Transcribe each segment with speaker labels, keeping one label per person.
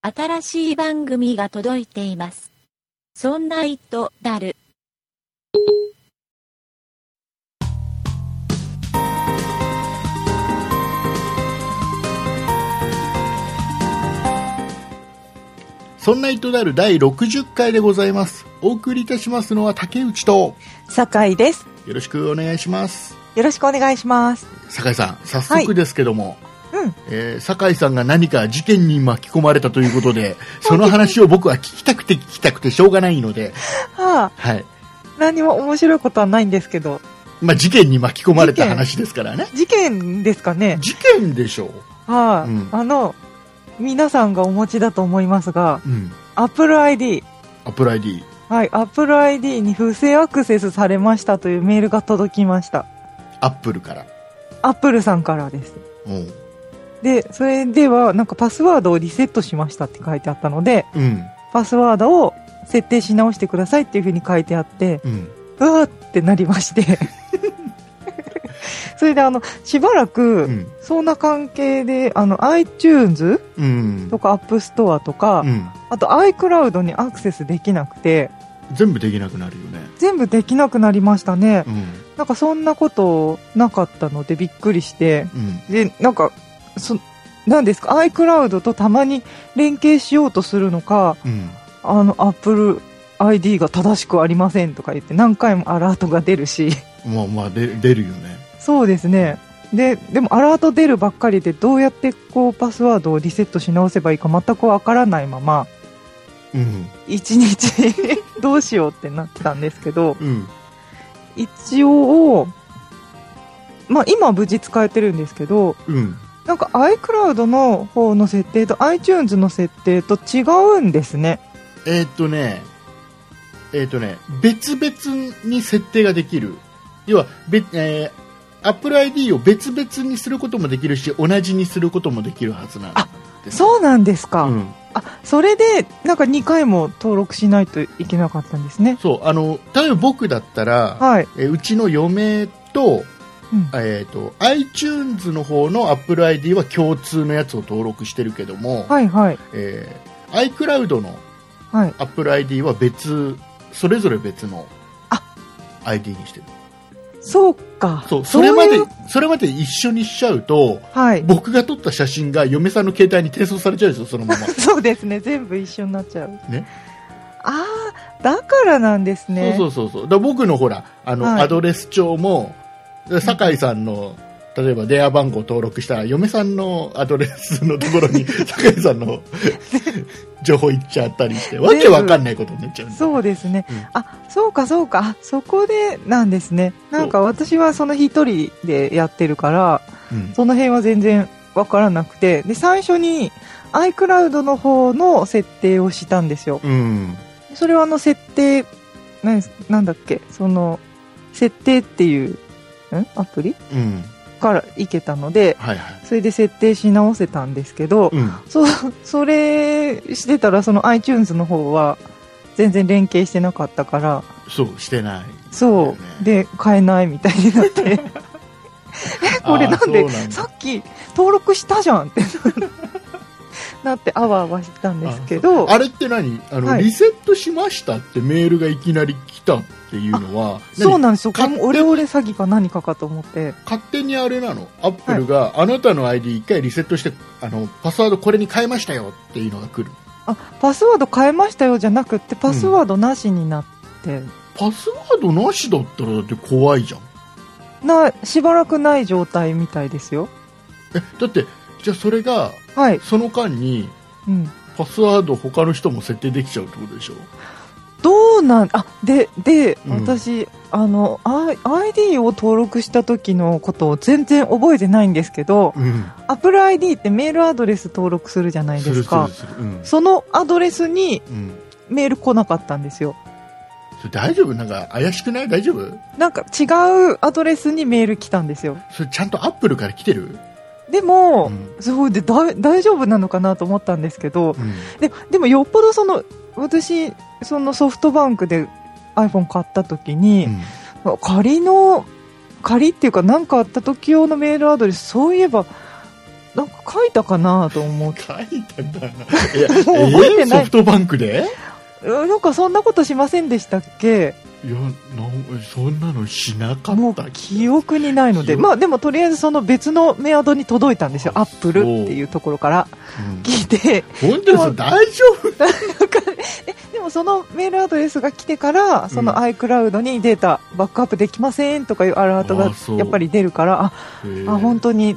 Speaker 1: 新しい番組が届いています。そんな糸だる。
Speaker 2: そんな糸である第60回でございます。お送りいたしますのは竹内と、
Speaker 3: 酒井です。
Speaker 2: よろしくお願いします。
Speaker 3: よろしくお願いします。
Speaker 2: 酒井さん、早速ですけども、
Speaker 3: うん。
Speaker 2: えー酒井さんが何か事件に巻き込まれたということ で、その話を僕は聞きたくて聞きたくてしょうがないので、
Speaker 3: はあ、
Speaker 2: はい。
Speaker 3: 何も面白いことはないんですけど、
Speaker 2: まあ事件に巻き込まれた話ですからね。
Speaker 3: 事件ですかね。
Speaker 2: 事件でしょ
Speaker 3: はあ、
Speaker 2: うん
Speaker 3: あの、皆さんがお持ちだと思いますが、
Speaker 2: う。うん。
Speaker 3: Apple ID、
Speaker 2: Apple ID。
Speaker 3: はい、Apple ID に不正アクセスされましたというメールが届きました。
Speaker 2: Apple から。
Speaker 3: Apple さんからです。
Speaker 2: うん。
Speaker 3: で、それでは、なんかパスワードをリセットしましたって書いてあったので、
Speaker 2: うん。
Speaker 3: パスワードを設定し直してくださいっていうふうに書いてあって、
Speaker 2: うん。
Speaker 3: うわーってなり まして。それであの、しばらく、
Speaker 2: うん。
Speaker 3: そんな関係で、あの、iTunes
Speaker 2: うん
Speaker 3: と。か App Store とか、
Speaker 2: うん。
Speaker 3: あと iCloud にアクセスできなくて、
Speaker 2: 全部できなくなるよね。
Speaker 3: 全部できなくなりましたね
Speaker 2: う。ん。
Speaker 3: なんかそんなことなかったのでびっくりして。
Speaker 2: うん。
Speaker 3: で、なんか、そ、なんですか、iCloud とたまに連携しようとするのか、
Speaker 2: うん。
Speaker 3: あの、Apple ID が正しくありませんとか言って何回もアラートが出るし。
Speaker 2: まあまあ、で出るよね。
Speaker 3: そうですね。で、でもアラート出るばっかりで、どうやってこうパスワードをリセットし直せばいいか全くわからないまま、
Speaker 2: うん。
Speaker 3: 一日 どうしようってなってたんですけど、
Speaker 2: うん。
Speaker 3: 一応、まあ今は無事使えてるんですけど、
Speaker 2: うん。
Speaker 3: なんか iCloud の方の設定と iTunes の設定と違うんですね。
Speaker 2: えーっとね、えーっとね、別々に設定ができる。要は、べえー、Apple ID を別々にすることもできるし、同じにすることもできるはずなんです。
Speaker 3: そうなんですか。
Speaker 2: うん、
Speaker 3: あ、それで、なんか2回も登録しないといけなかったんですね。
Speaker 2: そう、あの、例えば僕だったら、
Speaker 3: はい。
Speaker 2: えーうちの嫁と、
Speaker 3: うん
Speaker 2: えーっと、iTunes の方の Apple ID は共通のやつを登録してるけども、
Speaker 3: はいはい。
Speaker 2: えー iCloud の
Speaker 3: はい。
Speaker 2: Apple ID は別それぞれ別の
Speaker 3: あ
Speaker 2: ID にしてる
Speaker 3: そうか。
Speaker 2: そうそれまで
Speaker 3: ういう
Speaker 2: それまで一緒にしちゃうと
Speaker 3: はい。
Speaker 2: 僕が撮った写真が嫁さんの携帯に転送されちゃうでしょそのまま
Speaker 3: そうですね。全部一緒になっちゃう。
Speaker 2: ね。
Speaker 3: ああ、だからなんです ね。
Speaker 2: そうそうそうそうだから僕のほらあの、
Speaker 3: はい
Speaker 2: アドレス帳もで酒井さんの例えば電話番号登録したら嫁さんのアドレスのところ に酒井さんの情報いっちゃったりしてわけわかんないことになっちゃうんだ
Speaker 3: そうですね。
Speaker 2: うん
Speaker 3: あ、そうかそうか。あそこでなんですね。なんか私はその一人でやってるから、
Speaker 2: うん
Speaker 3: その辺は全然わからなくて。で、最初に iCloud の方の設定をしたんですよ。
Speaker 2: うん
Speaker 3: それはあの設定、なんですなんだっけ、その、設定っていう、んアプリ
Speaker 2: うん
Speaker 3: からいけたので、
Speaker 2: はいはい
Speaker 3: それで設定し直せたんですけど、
Speaker 2: うん
Speaker 3: そう、それしてたら、その iTunes の方は全然連携してなかったから、
Speaker 2: そうしてない
Speaker 3: そう、で、買えないみたいに なって、え、これ
Speaker 2: あー
Speaker 3: なん
Speaker 2: そ
Speaker 3: で
Speaker 2: うなんだ
Speaker 3: さっき登録したじゃんってなって、あわあわしたんですけど、
Speaker 2: あれって何あの、
Speaker 3: はい
Speaker 2: リセットしましたってメールがいきなり来たっていうのは、
Speaker 3: そう
Speaker 2: 何
Speaker 3: なんですよ。こ
Speaker 2: 勝手
Speaker 3: のオレオレ詐欺か何かかと思って、
Speaker 2: 勝手にあれなのアップルが、あなたの ID 一回リセットしてあのパスワードこれに変えましたよっていうのが来る
Speaker 3: あ、パスワード変えましたよじゃなくて、パスワードなしになって、
Speaker 2: パスワードなしだったらだって怖いじゃん
Speaker 3: な、しばらくない状態みたいですよ。
Speaker 2: えだってじゃあそれが
Speaker 3: はい。
Speaker 2: その間に
Speaker 3: うん。
Speaker 2: パスワード他の人も設定できちゃうってことでしょ
Speaker 3: どうなんあでで、
Speaker 2: うん
Speaker 3: 私あの I- ID を登録した時のことを全然覚えてないんですけど、
Speaker 2: うん
Speaker 3: ア Apple ID ってメールアドレス登録するじゃない
Speaker 2: す
Speaker 3: で
Speaker 2: る
Speaker 3: す
Speaker 2: する
Speaker 3: か
Speaker 2: するうん、
Speaker 3: そのアドレスに
Speaker 2: うん、
Speaker 3: メール来なかったんですよ
Speaker 2: それ大丈夫なんか怪しくない大丈夫
Speaker 3: なんか違うアドレスにメール来たんですよ
Speaker 2: それちゃんとアップルから来てる
Speaker 3: でも、
Speaker 2: うん
Speaker 3: そうでだ大丈夫なのかなと思ったんですけど
Speaker 2: うん
Speaker 3: ででもよっぽどその私そのソフトバンクで iPhone 買った時に、
Speaker 2: うん
Speaker 3: 仮の仮っていうか何かあった時用のメールアドレスそういえばなんか書いたかなと思って
Speaker 2: 書いたんだな。いや、
Speaker 3: もう覚えてない
Speaker 2: ソフトバンクで
Speaker 3: うんなんかそんなことしませんでしたっけ
Speaker 2: いやなん、そんなのしなか
Speaker 3: も
Speaker 2: っ
Speaker 3: う
Speaker 2: たっけ
Speaker 3: 記憶にないので、
Speaker 2: 記憶
Speaker 3: まあでもとりあえずその別のメアドに届いたんですよ、アップルっていうところから
Speaker 2: うん
Speaker 3: 聞いて、
Speaker 2: 本当にそれ大丈夫
Speaker 3: でもそのメールアドレスが来てから、その iCloud にデータバックアップできませんとかいうアラート
Speaker 2: あ
Speaker 3: が
Speaker 2: ーそう
Speaker 3: やっぱり出るから、ああ本当に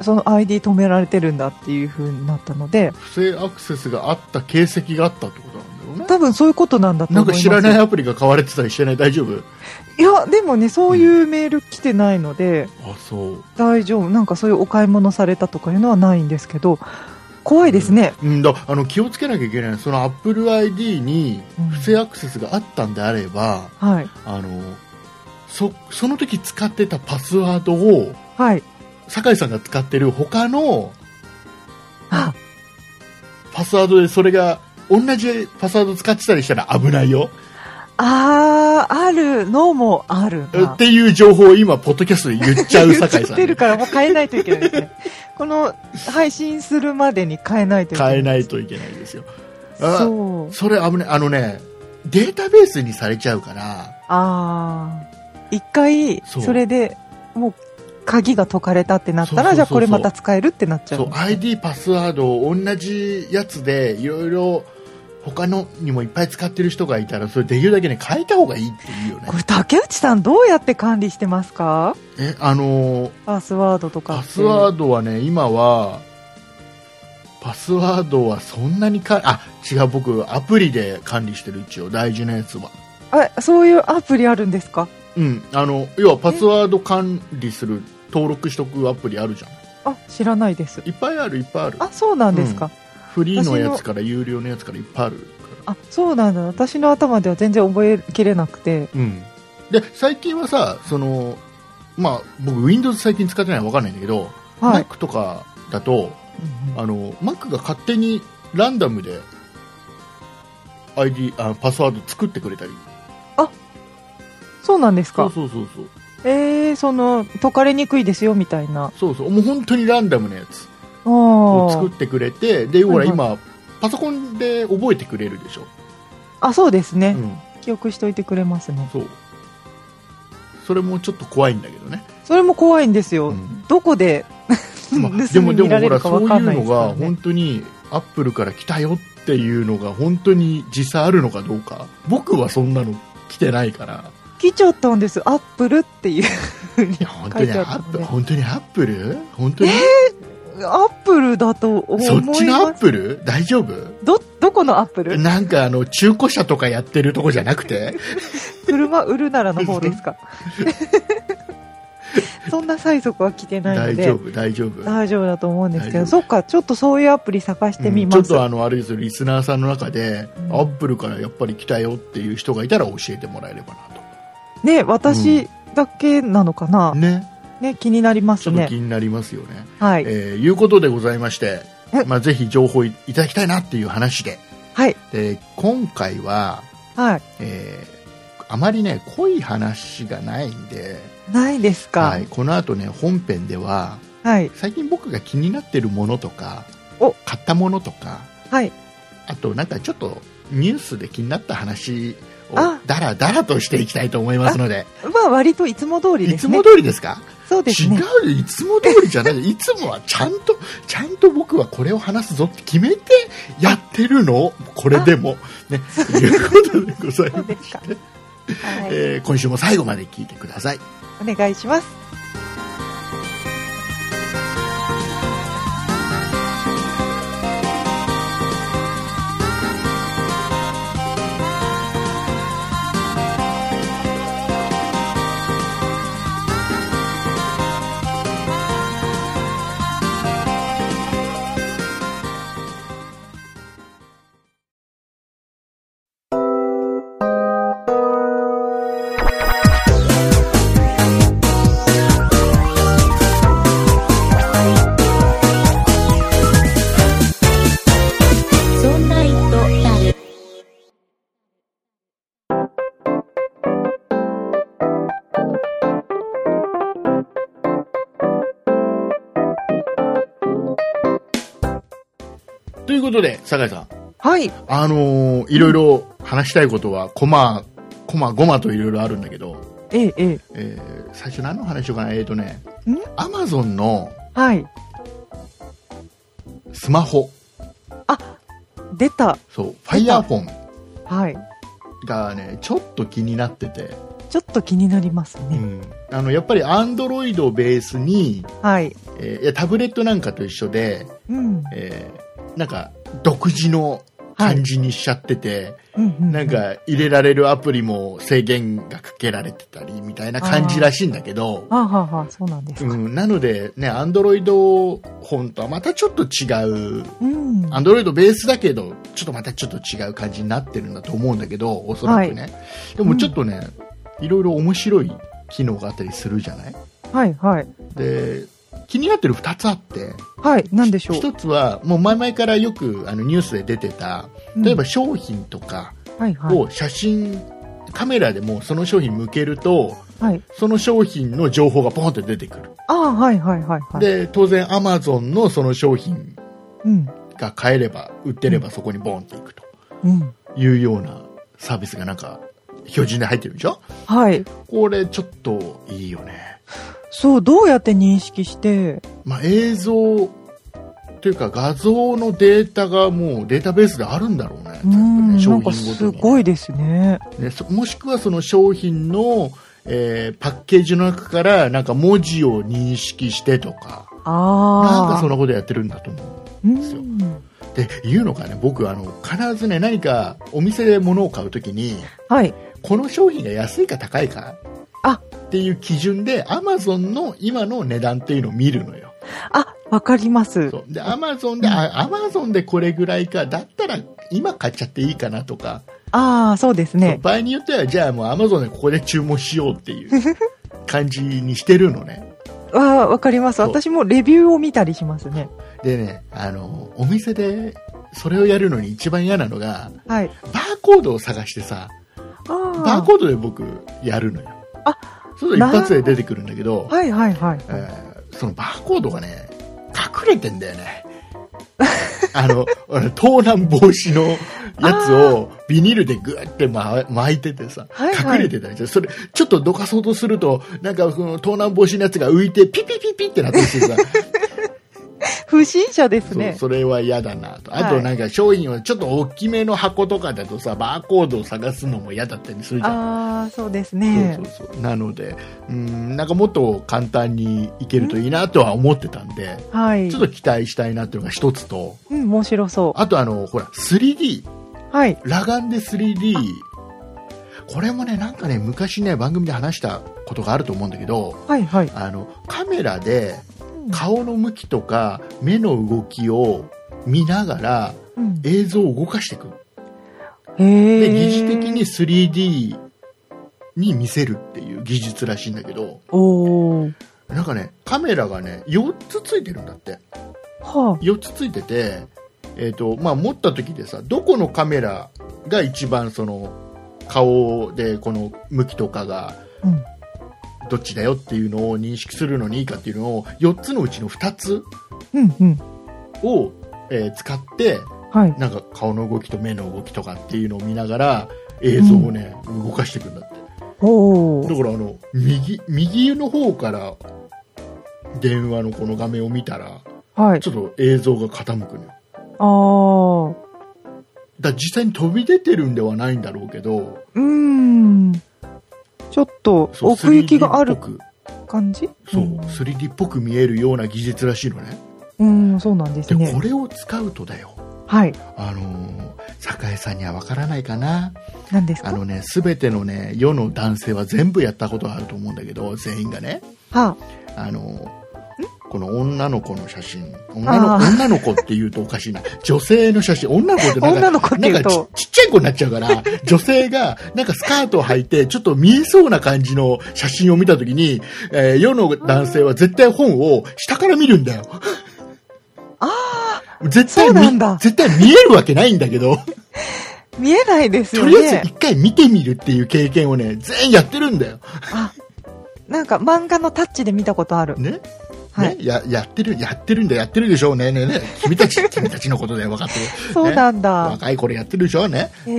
Speaker 3: その ID 止められてるんだっていう風になったので、
Speaker 2: 不正アクセスがあった形跡があったってことなんだろうね。
Speaker 3: 多分そういうことなんだと
Speaker 2: な
Speaker 3: 思
Speaker 2: いん
Speaker 3: ま
Speaker 2: か
Speaker 3: す
Speaker 2: 知らないアプリが買われてたりしてない大丈夫
Speaker 3: いや、でもね、そういうメール来てないので。
Speaker 2: あ、そう。
Speaker 3: 大丈夫なんかそういうお買い物されたとかいうのはないんですけど怖いですね、
Speaker 2: うんだあの気をつけなきゃいけないその Apple ID に不正アクセスがあったんであれば、
Speaker 3: はい
Speaker 2: あのそその時使ってたパスワードを
Speaker 3: はい
Speaker 2: 酒井さんが使ってる他の
Speaker 3: あ
Speaker 2: パスワードでそれが同じパスワード使ってたりしたら危ないよ、
Speaker 3: あーあるのもあるな
Speaker 2: っていう情報を今ポッドキャストで言っちゃう
Speaker 3: 言っ
Speaker 2: 酒井
Speaker 3: ち
Speaker 2: さんね、
Speaker 3: ゃってるからもう変えないといけない ですねこの配信するまでに変えないといけない
Speaker 2: 変えないといけないですよあ
Speaker 3: そう
Speaker 2: それ危ないあのねデータベースにされちゃうから
Speaker 3: ああ一回
Speaker 2: そう
Speaker 3: それでもう鍵が解かれたってなった
Speaker 2: そ
Speaker 3: ら
Speaker 2: うそうそうそう
Speaker 3: じゃあこれまた使えるってなっちゃう
Speaker 2: そう ID パスワードを同じやつでいろいろ他のにもいっぱい使ってる人がいたらそれできるだけね変えた方がいいっていうよね
Speaker 3: これ竹内さんどうやって管理してますか
Speaker 2: えあのー
Speaker 3: パスワードとか
Speaker 2: パスワー
Speaker 3: ド
Speaker 2: ドはね今はパスワードはそんなにかあ違う僕アプリで管理してる一応大事なやつは
Speaker 3: あそういうアプリあるんですか
Speaker 2: うんあの要はパスワード管理する登録しとくアプリあるじゃん
Speaker 3: あ知らないです
Speaker 2: いっぱいあるいっぱいある
Speaker 3: あそうなんですか、
Speaker 2: フリーのやつから有料のやつからいっぱいある
Speaker 3: あそうなんだ私の頭では全然覚えきれなくて
Speaker 2: うん、で最近はさその、まあ、僕、Windows 最近使ってないから分かんないんだけど、
Speaker 3: はい、
Speaker 2: Mac とかだと
Speaker 3: うんうん
Speaker 2: あの Mac が勝手にランダムで ID あパスワード作ってくれたり
Speaker 3: そうなんです
Speaker 2: そう
Speaker 3: か
Speaker 2: そうそうそう
Speaker 3: えー、その解かれにくいですよみたいな
Speaker 2: そうそうもう本当にランダムなやつ
Speaker 3: あ
Speaker 2: を作っ
Speaker 3: ー
Speaker 2: てくれてでほら
Speaker 3: はいはい
Speaker 2: 今、パソコンで覚えてくれるでしょ、
Speaker 3: あそうです
Speaker 2: う
Speaker 3: ね、
Speaker 2: ん、
Speaker 3: 記憶しておいてくれますね
Speaker 2: そうそれもちょっと怖いんだけどね、
Speaker 3: それも怖いんですよ、
Speaker 2: うん
Speaker 3: どこで
Speaker 2: まあで
Speaker 3: 盗
Speaker 2: も
Speaker 3: み
Speaker 2: でもほ
Speaker 3: 見られ
Speaker 2: ら
Speaker 3: るか
Speaker 2: そうい
Speaker 3: わかんな
Speaker 2: う
Speaker 3: いで
Speaker 2: の
Speaker 3: すから、
Speaker 2: が
Speaker 3: ね、
Speaker 2: 本当にアップルから来たよっていうのが本当に実際あるのかどうか僕はそんなの来てないから
Speaker 3: 来ちゃったんですアップルっていうふうに
Speaker 2: いや本当
Speaker 3: 書い
Speaker 2: に
Speaker 3: て
Speaker 2: ア
Speaker 3: あっ
Speaker 2: ッ
Speaker 3: たの
Speaker 2: プ
Speaker 3: で
Speaker 2: 本当にアップル本当に、
Speaker 3: アップルだと思
Speaker 2: そ
Speaker 3: い
Speaker 2: っ
Speaker 3: ま
Speaker 2: ち
Speaker 3: す
Speaker 2: のアップル大丈夫
Speaker 3: どどこのアップル
Speaker 2: なんかあの中古車とかやってるとこじゃなくて
Speaker 3: 車売るならの方です かそんな催促は来てない
Speaker 2: 大
Speaker 3: ので
Speaker 2: 丈夫大丈夫
Speaker 3: 大丈夫だと思うんですけ
Speaker 2: 大丈夫
Speaker 3: どそっかちょっとそういうアプリ探してみ
Speaker 2: うん
Speaker 3: ま
Speaker 2: ち
Speaker 3: す、
Speaker 2: ょっとあのあれですよリスナーさんの中で、
Speaker 3: うん
Speaker 2: アップルからやっぱり来たよっていう人がいたら教えてもらえればな
Speaker 3: ね私だけなのかな、
Speaker 2: とね
Speaker 3: ね気になりま
Speaker 2: ち
Speaker 3: す
Speaker 2: ょっと気
Speaker 3: ね
Speaker 2: になりますよね
Speaker 3: はい
Speaker 2: えーいうことでございまして
Speaker 3: え、
Speaker 2: まあ、ぜひ情報いただきたいなっていう話で
Speaker 3: はい
Speaker 2: で今回は、
Speaker 3: はい
Speaker 2: えーあまりね濃い話がないんで、
Speaker 3: ないですか
Speaker 2: は、
Speaker 3: はいい、
Speaker 2: この後ね本編では
Speaker 3: はい
Speaker 2: 最近僕が気になってるものとか
Speaker 3: お
Speaker 2: 買ったものとかあとなんかちょっとニュースで気になった話を
Speaker 3: あ
Speaker 2: だらだらとしていきたいと思いますので
Speaker 3: まあ割といつも通り
Speaker 2: い
Speaker 3: で
Speaker 2: つ
Speaker 3: すね
Speaker 2: も通りですか
Speaker 3: そうですね
Speaker 2: 違うよいつも通りじゃない いつもはちゃんとちゃんと僕はこれを話すぞって決めてやってるのこれでもねいうことでござい
Speaker 3: そう
Speaker 2: ま、
Speaker 3: ですすかはい、
Speaker 2: えー今週も最後まで聞いてください
Speaker 3: お願いします
Speaker 4: 「
Speaker 2: ということで、酒井さん、
Speaker 3: はい。
Speaker 2: あのーいろいろ話したいことは、コマ、コマ、ゴマといろいろあるんだけど、
Speaker 3: ええ、ええ。
Speaker 2: えー最初何の話しようかな、えっ、とね
Speaker 3: ん、
Speaker 2: アマゾンの
Speaker 3: はい。
Speaker 2: スマホ、
Speaker 3: 出た。
Speaker 2: そう、ファイヤーフォン
Speaker 3: はい。
Speaker 2: がね、ちょっと気になってて、
Speaker 3: ちょっと気になりますね。
Speaker 2: あのやっぱりアンドロイドをベースに、
Speaker 3: はい。
Speaker 2: えーいやタブレットなんかと一緒で、
Speaker 3: うん。
Speaker 2: えーなんか独自の感じにしちゃってて、
Speaker 3: うんう
Speaker 2: なん、か入れられるアプリも制限がかけられてたりみたいな感じらしいんだけど、
Speaker 3: あははそうなんです
Speaker 2: う
Speaker 3: か。
Speaker 2: ん、なのでね、アンドロイド本とはまたちょっと違う、
Speaker 3: うん。
Speaker 2: アンドロイドベースだけど、ちょっとまたちょっと違う感じになってるんだと思うんだけど、おそらくね。でもちょっとね、いろいろ面白い機能があったりするじゃない
Speaker 3: はい、はい。
Speaker 2: で、気になってる2つあって、
Speaker 3: はい。なんでしょう。
Speaker 2: 1つは、もう前々からよくあのニュースで出てた、例えば商品とか
Speaker 3: うん、はい、はい。
Speaker 2: を写真、カメラでもうその商品向けると、
Speaker 3: はい。
Speaker 2: その商品の情報がポンって出てくる。
Speaker 3: ああ、はい、はい、はい。はい、
Speaker 2: で、当然 Amazon のその商品
Speaker 3: うん。
Speaker 2: が買えれば、売ってればそこにボンっていくと
Speaker 3: うん。
Speaker 2: いうようなサービスがなんか、標準で入ってるでしょ
Speaker 3: はい。
Speaker 2: これちょっといいよね。
Speaker 3: そう、どうやって認識して、
Speaker 2: まあ、映像というか画像のデータがもうデータベースであるんだろうね。
Speaker 3: う
Speaker 2: 全部
Speaker 3: ん、
Speaker 2: ね
Speaker 3: なん
Speaker 2: 商
Speaker 3: か
Speaker 2: 品
Speaker 3: す
Speaker 2: ごと
Speaker 3: ごいですね。
Speaker 2: に、ねそもしくはその商品の、えーパッケージの中からなんか文字を認識してとか、
Speaker 3: ああ。
Speaker 2: なんかそんなことやってるんだと思う。ですよ
Speaker 3: うん
Speaker 2: でいうのがね僕あの必ずね何かお店で物を買うときに
Speaker 3: はい。
Speaker 2: この商品が安いか高いか
Speaker 3: あ
Speaker 2: っていう基準でアマゾンの今の値段っていうのを見るのよ
Speaker 3: あ、わかります。
Speaker 2: そうでアマゾンであアマゾンでこれぐらいかだったら今買っちゃっていいかなとか、
Speaker 3: ああ、そうです
Speaker 2: そう
Speaker 3: ね。
Speaker 2: 場合によってはじゃあもうアマゾンでここで注文しようっていう感じにしてるのね
Speaker 3: ああ、わかります。
Speaker 2: そう
Speaker 3: 私もレビューを見たりしますね。
Speaker 2: でねあのお店でそれをやるのに一番嫌なのが
Speaker 3: はい。
Speaker 2: バーコードを探してさバ
Speaker 3: あ
Speaker 2: ーコードで僕やるのよ。
Speaker 3: あ
Speaker 2: そうすると一発で出てくるんだけど
Speaker 3: あ。、はいはいはい。
Speaker 2: えーそのバーコードがね、隠れてんだよね。 あの、あの盗難防止のやつをビニールでぐーってま巻いててさ、
Speaker 3: はいはい
Speaker 2: 隠れてたりして、それ、ちょっとどかそうとすると、なんかこの盗難防止のやつが浮いて、ピピピピってなってきてさ、
Speaker 3: 不審者です
Speaker 2: そう
Speaker 3: ね。
Speaker 2: それは嫌だなと。
Speaker 3: はい
Speaker 2: あとなんか商品はちょっと大きめの箱とかだとさ、バーコードを探すのも嫌だったりするじゃん。
Speaker 3: ああ、そうです
Speaker 2: そ
Speaker 3: ね
Speaker 2: う。そうそうなのでうんなんかもっと簡単にいけるといいなとは思ってたんで、
Speaker 3: はい
Speaker 2: ちょっ。と期待したいなっていうのが一つと
Speaker 3: うん、面白そ
Speaker 2: あとあのほら 3D
Speaker 3: う。はい。
Speaker 2: 裸眼で 3D これもねなんかね昔ね番組で話したことがあると思うんだけど
Speaker 3: はいはい。
Speaker 2: あのカメラで顔の向きとか目の動きを見ながら
Speaker 3: うん
Speaker 2: 映像を動かしていく
Speaker 3: へえ。
Speaker 2: で疑似的に 3D に見せるっていう技術らしいんだけど
Speaker 3: おー。
Speaker 2: なんかね、カメラがね、4つついてるんだって。
Speaker 3: は
Speaker 2: 4つついてて、えっ、と、まあ、持った時でさ、どこのカメラが一番その、顔でこの向きとかが
Speaker 3: あ。うん。
Speaker 2: どっちだよっていうのを認識するのにいいかっていうのを、4つのうちの2つ
Speaker 3: うんうん。
Speaker 2: を、えー使って、
Speaker 3: はい。
Speaker 2: なんか顔の動きと目の動きとかっていうのを見ながら、映像をね、動かしていくんだって。
Speaker 3: お
Speaker 2: だ
Speaker 3: ー。
Speaker 2: からあの、右、右の方から、電話のこの画面を見たら、
Speaker 3: はい。
Speaker 2: ちょっと映像が傾くのよ。
Speaker 3: ああ。
Speaker 2: だから実際に飛び出てるんではないんだろうけど、
Speaker 3: うーん。ちょっと
Speaker 2: そう
Speaker 3: 奥行きがあ
Speaker 2: 3D
Speaker 3: る
Speaker 2: っぽく
Speaker 3: 感じ
Speaker 2: そう、3D っぽく見えるような技術らしいのね。
Speaker 3: うん、うんそうなんです
Speaker 2: で、
Speaker 3: ね
Speaker 2: こ。れを使うとだよ。
Speaker 3: はい。
Speaker 2: あのー、酒井さんにはわからないかな。
Speaker 3: 何ですか
Speaker 2: あのね、すべてのね、世の男性は全部やったことがあると思うんだけど、全員がね、
Speaker 3: は
Speaker 2: あのー、この女の子の写真女の
Speaker 3: あー
Speaker 2: 女の子って言うとおかしいな女性の写真女の子ってなんか
Speaker 3: 女の子って言うと
Speaker 2: なんかちちっちゃい子になっちゃうから、女性がなんかスカートを履いて、ちょっと見えそうな感じの写真を見たときに、えー世の男性は絶対本を下から見るんだよ。
Speaker 3: あ
Speaker 2: 絶対
Speaker 3: そう
Speaker 2: 見
Speaker 3: なんだ
Speaker 2: 絶対見えるわけないんだけど、
Speaker 3: あ、見えないです
Speaker 2: と
Speaker 3: よ
Speaker 2: りあえ
Speaker 3: ね
Speaker 2: ず一。回見てみるっていう経験をね、全員やってるんだよ。
Speaker 3: あ、なんか漫画のタッチで見たことある。
Speaker 2: ね。
Speaker 3: はい
Speaker 2: ね、ややってるやってるんだやってるでしょうねねねね君た ち君たちのことで分かってる
Speaker 3: そうなんだ。
Speaker 2: 若い頃やってるでしょうね
Speaker 3: へ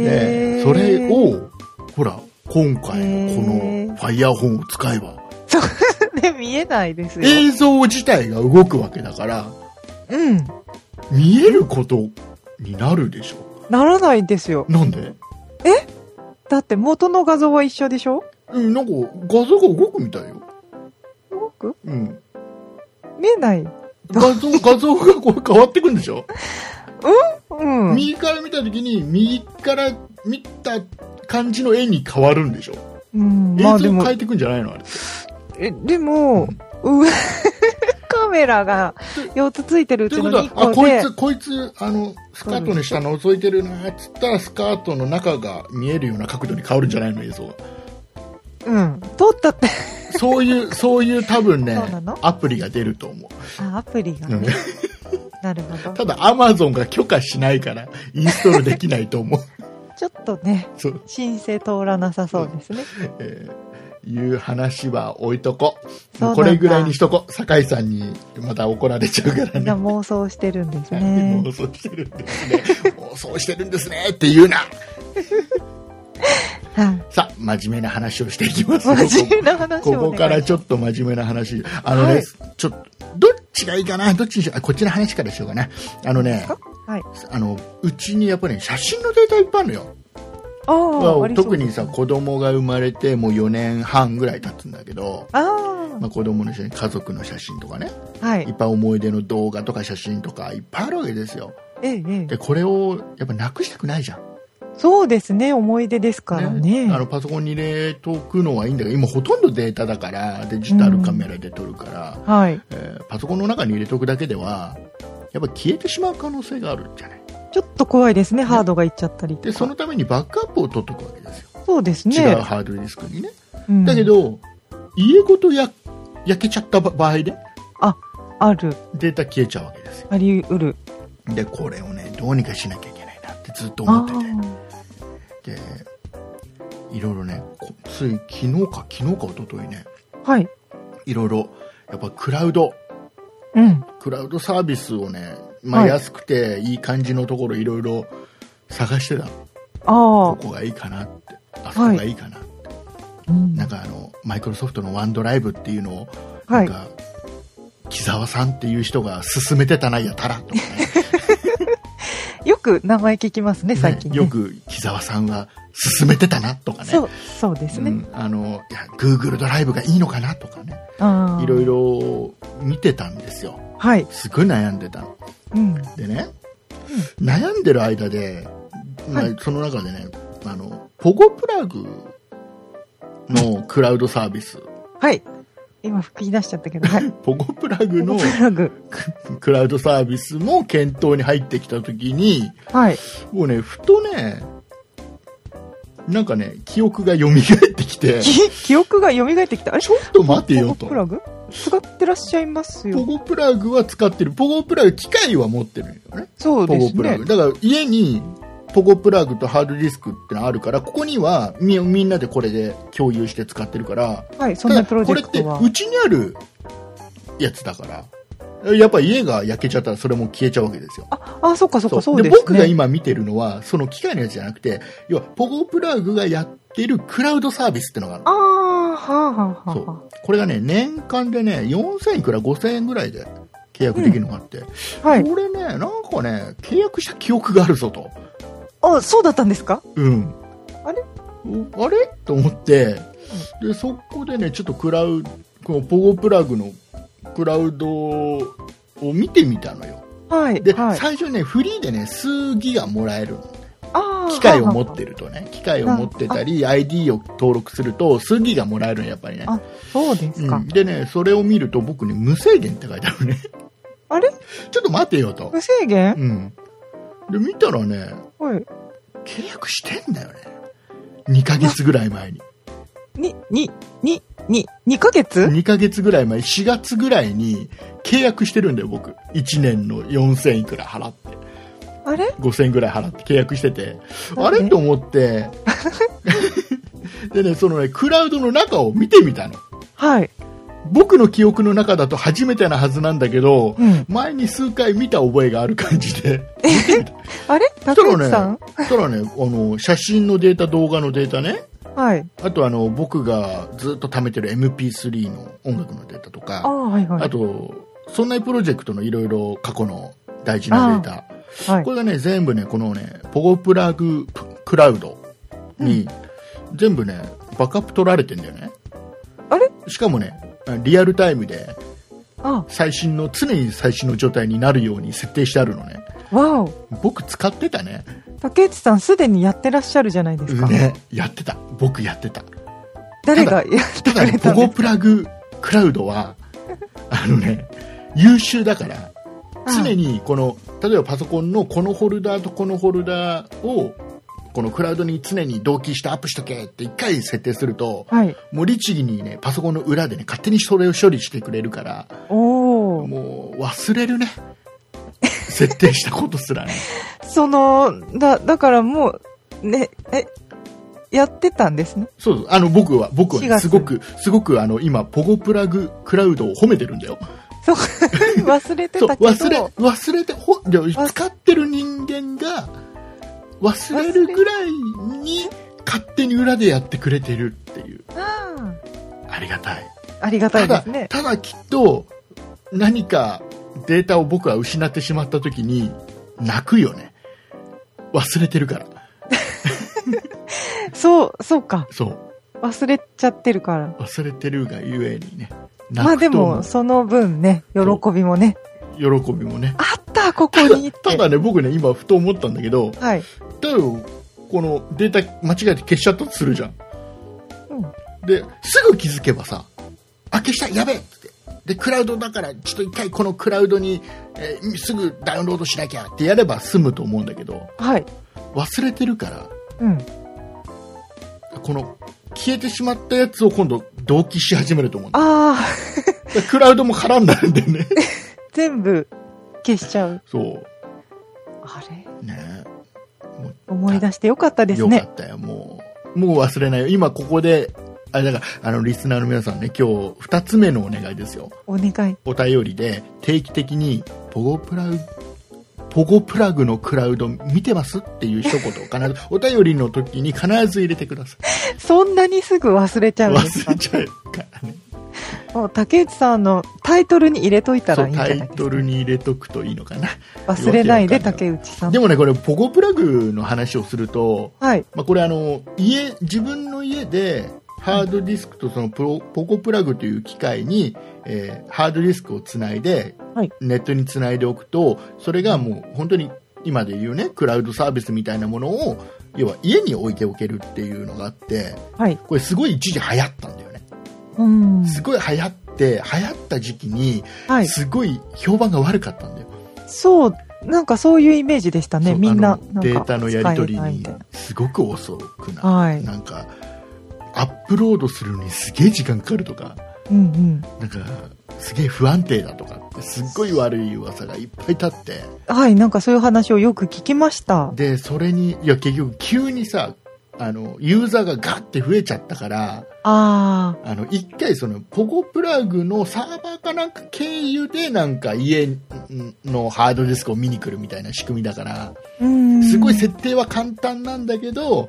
Speaker 2: ね
Speaker 3: ー
Speaker 2: それをほら今回のこ
Speaker 3: へ
Speaker 2: の
Speaker 3: ー
Speaker 2: ファイヤーホーンを使えば
Speaker 3: そうね、見えないですよ。
Speaker 2: 映像自体が動くわけだから
Speaker 3: うん。
Speaker 2: 見えることになるでしょ
Speaker 3: ならないんですよ。
Speaker 2: なんで
Speaker 3: だって元の画像は一緒でしょ
Speaker 2: うんなんか画像が動くみたいよ、
Speaker 3: 動く
Speaker 2: うん、
Speaker 3: 見えない。
Speaker 2: 画像画像がこう変わってくんでしょ
Speaker 3: うん。
Speaker 2: 右から見た時に右から見た感じの絵に変わるんでしょ
Speaker 3: うん、
Speaker 2: 映
Speaker 3: ま
Speaker 2: 像
Speaker 3: あでも
Speaker 2: 変え、てくんじゃないのあれって
Speaker 3: えでも、う カメラが4つついてるう
Speaker 2: とい
Speaker 3: ち
Speaker 2: うこ
Speaker 3: の
Speaker 2: とは
Speaker 3: 2
Speaker 2: あ
Speaker 3: 個
Speaker 2: こい
Speaker 3: で
Speaker 2: つ、こいつあのスカートの下覗いてるなっつったらスカートの中が見えるような角度に変わるんじゃないの映像が
Speaker 3: うん、撮ったって、
Speaker 2: そう いうそういう多分ね
Speaker 3: そうなの
Speaker 2: アプリが出ると思
Speaker 3: あアプリが
Speaker 2: う、うん
Speaker 3: ね、なるほ
Speaker 2: た
Speaker 3: ど。
Speaker 2: だアマゾンが許可しないからインストールできないと思う
Speaker 3: ちょっとね、
Speaker 2: そう、
Speaker 3: 申請通らなさそうですね。
Speaker 2: えーいう話は置いとこ
Speaker 3: そ
Speaker 2: も
Speaker 3: うな
Speaker 2: うん
Speaker 3: だ
Speaker 2: これぐらいにしとこ酒井さんにまた怒られちゃうから
Speaker 3: みん
Speaker 2: ね
Speaker 3: な妄想してるんです
Speaker 2: も
Speaker 3: ね
Speaker 2: う。そうしてるんですね。もうそうしてるんですねって言うな。
Speaker 3: はい。
Speaker 2: さあ、真面目な話をしていきますよ。
Speaker 3: 真面目な話
Speaker 2: こ
Speaker 3: をお願い
Speaker 2: こからちょっと真面目な話。あのね、
Speaker 3: はい
Speaker 2: ちょっと、どっちがいいかなどっちにしようあ、こっちの話からしようかな。あのね、
Speaker 3: はい。
Speaker 2: あの、うちにやっぱり、ね、写真のデータいっぱいあるのよ。
Speaker 3: ああ、ありそう
Speaker 2: 特にさ、子供が生まれてもう4年半ぐらい経つんだけど、
Speaker 3: あ
Speaker 2: まあ、子供の写真、家族の写真とかね、
Speaker 3: あ、はい
Speaker 2: っ
Speaker 3: い。
Speaker 2: ぱい思い出の動画とか写真とかいっぱいあるわけですよ。
Speaker 3: ええ、ええ。
Speaker 2: で、これをやっぱなくしたくないじゃん。
Speaker 3: そうですね、思い出ですからね。
Speaker 2: あのパソコンに入れとくのはいいんだけど今ほとんどデータだからデジタルカメラで撮るから、
Speaker 3: はい。
Speaker 2: えーパソコンの中に入れとくだけではやっぱ消えてしまう可能性があるじゃない
Speaker 3: ちょっと怖いですね、ハードがいっちゃったりと
Speaker 2: で
Speaker 3: か。
Speaker 2: そのためにバックアップを取っとくわけですよ、
Speaker 3: そうです
Speaker 2: 違う
Speaker 3: ね。
Speaker 2: ハードディスクにね、
Speaker 3: うん
Speaker 2: だけ、ど家ごとや焼けちゃったば場合で
Speaker 3: ある、
Speaker 2: データ消えちゃうわけですよ
Speaker 3: あり得る。
Speaker 2: でこれをねどうにかしなきゃいけないなってずっと思
Speaker 3: あ
Speaker 2: ってて
Speaker 3: あ。
Speaker 2: でいろいろねこつい昨日か昨日か一昨日ね
Speaker 3: はい。
Speaker 2: いろいろやっぱクラウド
Speaker 3: うん。
Speaker 2: クラウドサービスをね、まあ、
Speaker 3: はい
Speaker 2: 安くていい感じのところいろいろ探してた、
Speaker 3: あ
Speaker 2: ここがいいかなってあそこがいいかな、
Speaker 3: あ。うん
Speaker 2: なんかあのマイクロソフトのワンドライブっていうのをな
Speaker 3: は
Speaker 2: ん
Speaker 3: い
Speaker 2: か、。木澤さんっていう人が勧めてたなやたらとかね
Speaker 3: よく名前聞きますね、 最近、
Speaker 2: ね
Speaker 3: ね
Speaker 2: よく木澤さんは勧めてたなとかね
Speaker 3: そう、そうです
Speaker 2: う
Speaker 3: ね。
Speaker 2: ん、あのいや Google ドライブがいいのかなとかね
Speaker 3: ああ
Speaker 2: いろい。ろ見てたんですよ
Speaker 3: はい。
Speaker 2: すごい悩んでたの
Speaker 3: うん。
Speaker 2: でね、悩んでる間で、まあ
Speaker 3: はい
Speaker 2: その中でねあのポゴプラグのクラウドサービス
Speaker 3: はい。今吹き出しちゃったけど、 はい。
Speaker 2: ポゴプラグの
Speaker 3: プラグ。
Speaker 2: クラウドサービスも検討に入ってきた時に
Speaker 3: はい。
Speaker 2: もうねふとねなんかね記憶が蘇ってきて ち
Speaker 3: き記憶が蘇ってきた。あれ
Speaker 2: ょっと待てよと
Speaker 3: プラグ使ってらっしゃいます
Speaker 2: ポ
Speaker 3: よ。
Speaker 2: ゴプラグは使ってるポゴプラグ機械は持ってるんよね
Speaker 3: そう
Speaker 2: ポ
Speaker 3: で
Speaker 2: ゴ
Speaker 3: す
Speaker 2: プラ
Speaker 3: ね
Speaker 2: グ、。だから家にポゴプラグとハードディスクってのあるからここにはみみんなでこれで共有して使ってるから
Speaker 3: はい。そんなプロジ
Speaker 2: た
Speaker 3: ェ
Speaker 2: だ
Speaker 3: ク
Speaker 2: これ
Speaker 3: ト
Speaker 2: っ
Speaker 3: は
Speaker 2: て。うちにあるやつだからやっぱ家が焼けちゃったらそれも消えちゃうわけですよ
Speaker 3: あ、あ、そっかそっか、そう
Speaker 2: で
Speaker 3: ですね。
Speaker 2: 僕が今見てるのはその機械のやつじゃなくて要はポゴプラグがやってるクラウドサービスってのがある
Speaker 3: ああ、はあはあ
Speaker 2: そ
Speaker 3: は
Speaker 2: うこれがね年間でね4000いくら5000円ぐらいで契約できるのがあって、
Speaker 3: あ。はい。
Speaker 2: これねなんかね契約した記憶があるぞと
Speaker 3: あ、そうだったんですか
Speaker 2: うん、
Speaker 3: あれ
Speaker 2: おあれと思ってでそこでねちょっとクラウこのポゴプラグのクラウドを見てみたのよ
Speaker 3: はい。
Speaker 2: で、
Speaker 3: はい。
Speaker 2: 最初ねフリーでね数ギガもらえるの
Speaker 3: あー
Speaker 2: 機械を持ってるとね機械を持ってたり ID を登録すると数ギガもらえるのやっぱりね
Speaker 3: あそうですか。
Speaker 2: うん、でねそれを見ると僕ね無制限って書いてあるね
Speaker 3: あれ
Speaker 2: ちょっと待てよと
Speaker 3: 無、制限
Speaker 2: うん、で見たらね
Speaker 3: はい。
Speaker 2: 契約してんだよね2ヶ月ぐらい前に
Speaker 3: に、に、に、に、2ヶ月
Speaker 2: 2ヶ月ぐらい前、4月ぐらいに契約してるんだよ、僕。1年の4000いくら払って、
Speaker 3: あれ
Speaker 2: 5000ぐらい払って契約してて、あ
Speaker 3: なんで
Speaker 2: れと思って、 でね、そのね、クラウドの中を見てみたの。
Speaker 3: はい。
Speaker 2: 僕の記憶の中だと初めてなはずなんだけど、
Speaker 3: うん。
Speaker 2: 前に数回見た覚えがある感じで。そした
Speaker 3: あれ竹
Speaker 2: ら
Speaker 3: 内
Speaker 2: ね、
Speaker 3: さん、
Speaker 2: そしたらね、あの、写真のデータ、動画のデータね、
Speaker 3: はい。
Speaker 2: あとあの、僕がずっと貯めてる MP3 の音楽のデータと
Speaker 3: ああ、
Speaker 2: か、
Speaker 3: はい
Speaker 2: あ
Speaker 3: はい。
Speaker 2: と、そんなプロジェクトのいろいろ過去の大事なデータ、
Speaker 3: はい
Speaker 2: こ。れがね、全部ね、このね、ポゴプラグプクラウドに、全部ね、バックアップ取られてんだよね。
Speaker 3: あれ
Speaker 2: しかもね、リアルタイムで
Speaker 3: あ、
Speaker 2: 最新の、常に最新の状態になるように設定してあるのね。
Speaker 3: わお。
Speaker 2: 僕使ってたね。
Speaker 3: 竹内さん、すでにやってらっしゃるじゃないですか。
Speaker 2: ね、やってた。僕やってた。
Speaker 3: 誰が やって
Speaker 2: た
Speaker 3: く
Speaker 2: だ
Speaker 3: れ
Speaker 2: ね、
Speaker 3: た
Speaker 2: ポ
Speaker 3: んで
Speaker 2: ゴ
Speaker 3: す
Speaker 2: プラグクラウドは、あのね、優秀だから、常にこの、例えばパソコンのこのホルダーとこのホルダーを、このクラウドに常に同期してアップしとけって一回設定すると、
Speaker 3: はい。
Speaker 2: もう律儀にね、パソコンの裏でね、勝手にそれを処理してくれるから、
Speaker 3: おお。
Speaker 2: もう忘れるね。設定したことすらね。
Speaker 3: その、だ、だからもう、ね、え、やってたんですね。
Speaker 2: そうそう、あの、僕は、僕は
Speaker 3: 4
Speaker 2: ね、
Speaker 3: 月
Speaker 2: すごく、すごく、あの、今、ポゴプラグクラウドを褒めてるんだよ。
Speaker 3: そう、忘れて
Speaker 2: そう
Speaker 3: たけど。
Speaker 2: 忘れ忘れてほで使ってる人間が忘れるぐらいに勝手に裏でやってくれてるっていう
Speaker 3: あ
Speaker 2: ありがたい
Speaker 3: あありがた
Speaker 2: た
Speaker 3: いで
Speaker 2: だ
Speaker 3: すね。
Speaker 2: ただきっと何かデータを僕は失ってしまった時に泣くよね忘れてるから
Speaker 3: そう、そうか。
Speaker 2: そう
Speaker 3: 忘れちゃってるから。
Speaker 2: 忘れてるがゆえにね
Speaker 3: まあ
Speaker 2: 泣
Speaker 3: で
Speaker 2: くと
Speaker 3: も、その分ね、喜びもね、
Speaker 2: 喜びもね
Speaker 3: あった、ここにって。
Speaker 2: ただね僕ね今ふと思ったんだけど
Speaker 3: はい。
Speaker 2: 例えばこのデータ間違えて消しちゃったとするじゃん
Speaker 3: うん。
Speaker 2: ですぐ気づけばさあ消したやべえってでクラウドだからちょっと一回このクラウドに、えーすぐダウンロードしなきゃってやれば済むと思うんだけど
Speaker 3: はい。
Speaker 2: 忘れてるから
Speaker 3: うん。
Speaker 2: この消えてしまったやつを今度同期し始めると思うんだ
Speaker 3: ああ、
Speaker 2: だからクラウドも空になるんだよね
Speaker 3: 全部消しちゃう。
Speaker 2: そ
Speaker 3: あれ
Speaker 2: うね
Speaker 3: 思い出してよかったです
Speaker 2: よか
Speaker 3: ね。
Speaker 2: ったよもうもう忘れないよ今ここであれだからあのリスナーの皆さんね今日2つ目のお願いですよ
Speaker 3: お願い。
Speaker 2: お便りで定期的にポゴプラグポゴプラグのクラウド見てますっていう一言を必 ずお便りの時に必ず入れてください
Speaker 3: そんなにすぐ忘れちゃうんです
Speaker 2: 忘
Speaker 3: か
Speaker 2: れちゃうからね
Speaker 3: もう竹内さんのタイトルに入れといた
Speaker 2: そ
Speaker 3: らいういんじゃ
Speaker 2: タ
Speaker 3: ないで
Speaker 2: イ
Speaker 3: すか。
Speaker 2: トルに入れとくといいのかな
Speaker 3: 忘れないで
Speaker 2: わけ
Speaker 3: 竹内さん。
Speaker 2: でもねこれポゴプラグの話をすると、
Speaker 3: はい。
Speaker 2: まあ、これあの家自分の家でハードディスクとそのポポゴプラグという機械に、えーハードディスクをつないで
Speaker 3: はい。
Speaker 2: ネットにつないでおくとそれがもう本当に今で言うねクラウドサービスみたいなものを要は家に置いておけるっていうのがあって
Speaker 3: はい。
Speaker 2: これすごい一時流行ったんだよね
Speaker 3: うん。
Speaker 2: すごい流行って流行った時期に
Speaker 3: はい。
Speaker 2: すごい評判が悪かったんだよ、
Speaker 3: そう、なんかそういうイメージでしたね。
Speaker 2: そう
Speaker 3: みん
Speaker 2: あ
Speaker 3: な。
Speaker 2: の
Speaker 3: なんか
Speaker 2: データのやり取り
Speaker 3: 使えないみ
Speaker 2: に
Speaker 3: たいな
Speaker 2: すごく遅くな,、
Speaker 3: はい
Speaker 2: なんかアップロードするのにすげえ時間かかるとか
Speaker 3: うんうん。
Speaker 2: なんかすげえ不安定だとかってすっごい悪い噂がいっぱい立って
Speaker 3: はい、なんかそういう話をよく聞きました。
Speaker 2: でそれにいや結局急にさあのユーザーがガッて増えちゃったから
Speaker 3: あ
Speaker 2: あの一回そのポゴプラグのサーバーかなんか経由でなんか家のハードディスクを見に来るみたいな仕組みだから
Speaker 3: あ、うん。
Speaker 2: すごい設定は簡単なんだけど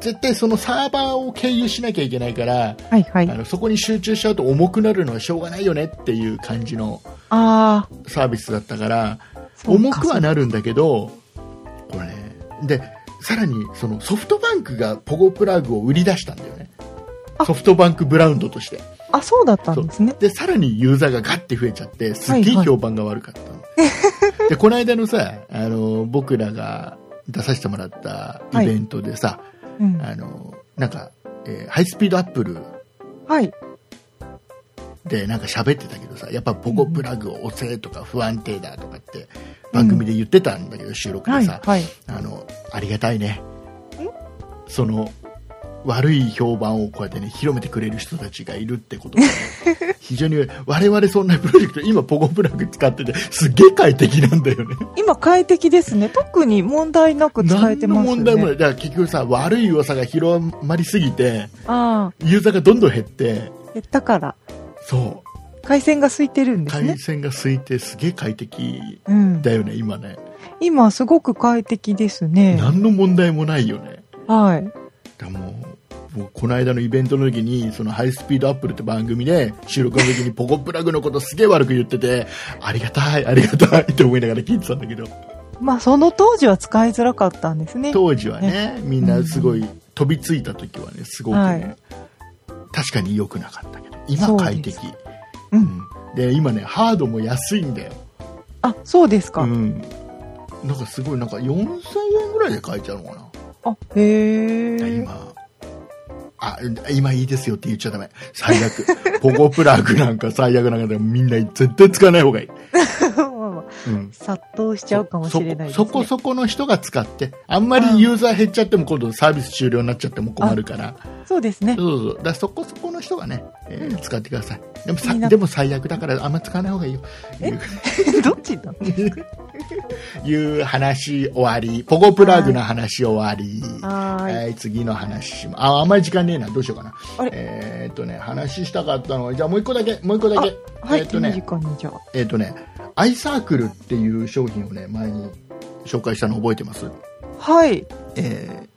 Speaker 2: 絶対そのサーバーを経由しなきゃいけないから
Speaker 3: はいは
Speaker 2: あ
Speaker 3: い。あ
Speaker 2: のそこに集中しちゃうと重くなるのはしょうがないよねっていう感じの
Speaker 3: あ
Speaker 2: サービスだったから
Speaker 3: ー、そうか
Speaker 2: 重くはなるんだけどこれねでさらにそのソフトバンクがポゴプラグを売り出したんだよね
Speaker 3: あ
Speaker 2: ソフトバンクブラウンドとして
Speaker 3: あ、そうだったんですね。
Speaker 2: でさらにユーザーがガッて増えちゃってすっげえ
Speaker 3: はいはい
Speaker 2: 評判が悪かったの、 でこの間のさあの僕らが出させてもらったイベントでさ、
Speaker 3: うん。
Speaker 2: あのなんか、えーハイスピードアップル
Speaker 3: はい。
Speaker 2: でなんか喋ってたけどさやっぱポゴプラグを押せとか不安定だとかって番組で言ってたんだけど、収録
Speaker 3: は
Speaker 2: で
Speaker 3: い。
Speaker 2: さ、
Speaker 3: はい。
Speaker 2: あの、ありがたいね。その、悪い評判をこうやってね、広めてくれる人たちがいるって ことがね、非常に、我々そんなプロジェクト、今ポゴプラグ使ってて、すげえ快適なんだよね。
Speaker 3: 今、快適ですね。特に問題なく使え
Speaker 2: 何
Speaker 3: て
Speaker 2: の
Speaker 3: ますね。
Speaker 2: 問題もない。だから結局さ、悪い噂が広まりすぎて、
Speaker 3: あ
Speaker 2: ユーザーがどんどん減って、
Speaker 3: あ、減ったから。
Speaker 2: そ
Speaker 3: 回線が空いてるん
Speaker 2: う
Speaker 3: ですね
Speaker 2: 回。線が空いてすげえ快適
Speaker 3: うん、
Speaker 2: だよね今ね
Speaker 3: 今すごく快適ですね。
Speaker 2: 何の問題もないよね
Speaker 3: はい。
Speaker 2: だからもうもうこの間のイベントの時にそのハイスピードアップルって番組で収録の時にポコプラグのことすげえ悪く言っててありがたいありがたいって思いながら聞いてたんだけど
Speaker 3: まあその当時は使いづらかったんですね。
Speaker 2: 当時はねみんなすごい飛びついた時はねすごくね、
Speaker 3: はい
Speaker 2: 確かに良くなかったけど今
Speaker 3: そうです
Speaker 2: 快適
Speaker 3: うん
Speaker 2: んで今ねハードも安いんだよ
Speaker 3: あ、そうですか。
Speaker 2: うんなんかすごいなんか4000円ぐらいで買えちゃうのかな
Speaker 3: あ、へえ。
Speaker 2: 今あ今いいですよって言っちゃダメ最 悪ポコプラグなんか最悪なんかでもみんな絶対使わない方がいい、
Speaker 3: まあまあ
Speaker 2: うん、
Speaker 3: 殺到しちゃうかもしれないです、ね。
Speaker 2: そこそこそこの人が使ってあんまりユーザー減っちゃっても今度サービス終了になっちゃっても困るから
Speaker 3: そうですね。
Speaker 2: そうそうそうだからそこそこの人がね、えー
Speaker 3: うん
Speaker 2: 使ってくださいでも
Speaker 3: 気
Speaker 2: さ
Speaker 3: になっ
Speaker 2: でも最悪だからあんま使わない方がいいよいう
Speaker 3: どっちだ
Speaker 2: いう話終わりポコプラグの話終わり
Speaker 3: は
Speaker 2: はい、
Speaker 3: ーい。
Speaker 2: 次の話しまああんまり時間ねえなどうしようかな
Speaker 3: あれ
Speaker 2: えーっとね話したかったのはじゃあもう一個だけもう一個だけ
Speaker 3: はい、
Speaker 2: えーっと
Speaker 3: 手
Speaker 2: ね
Speaker 3: 短にじゃあ。
Speaker 2: えーっとねアイサークルっていう商品をね前に紹介したの覚えてます
Speaker 3: はい。
Speaker 2: えー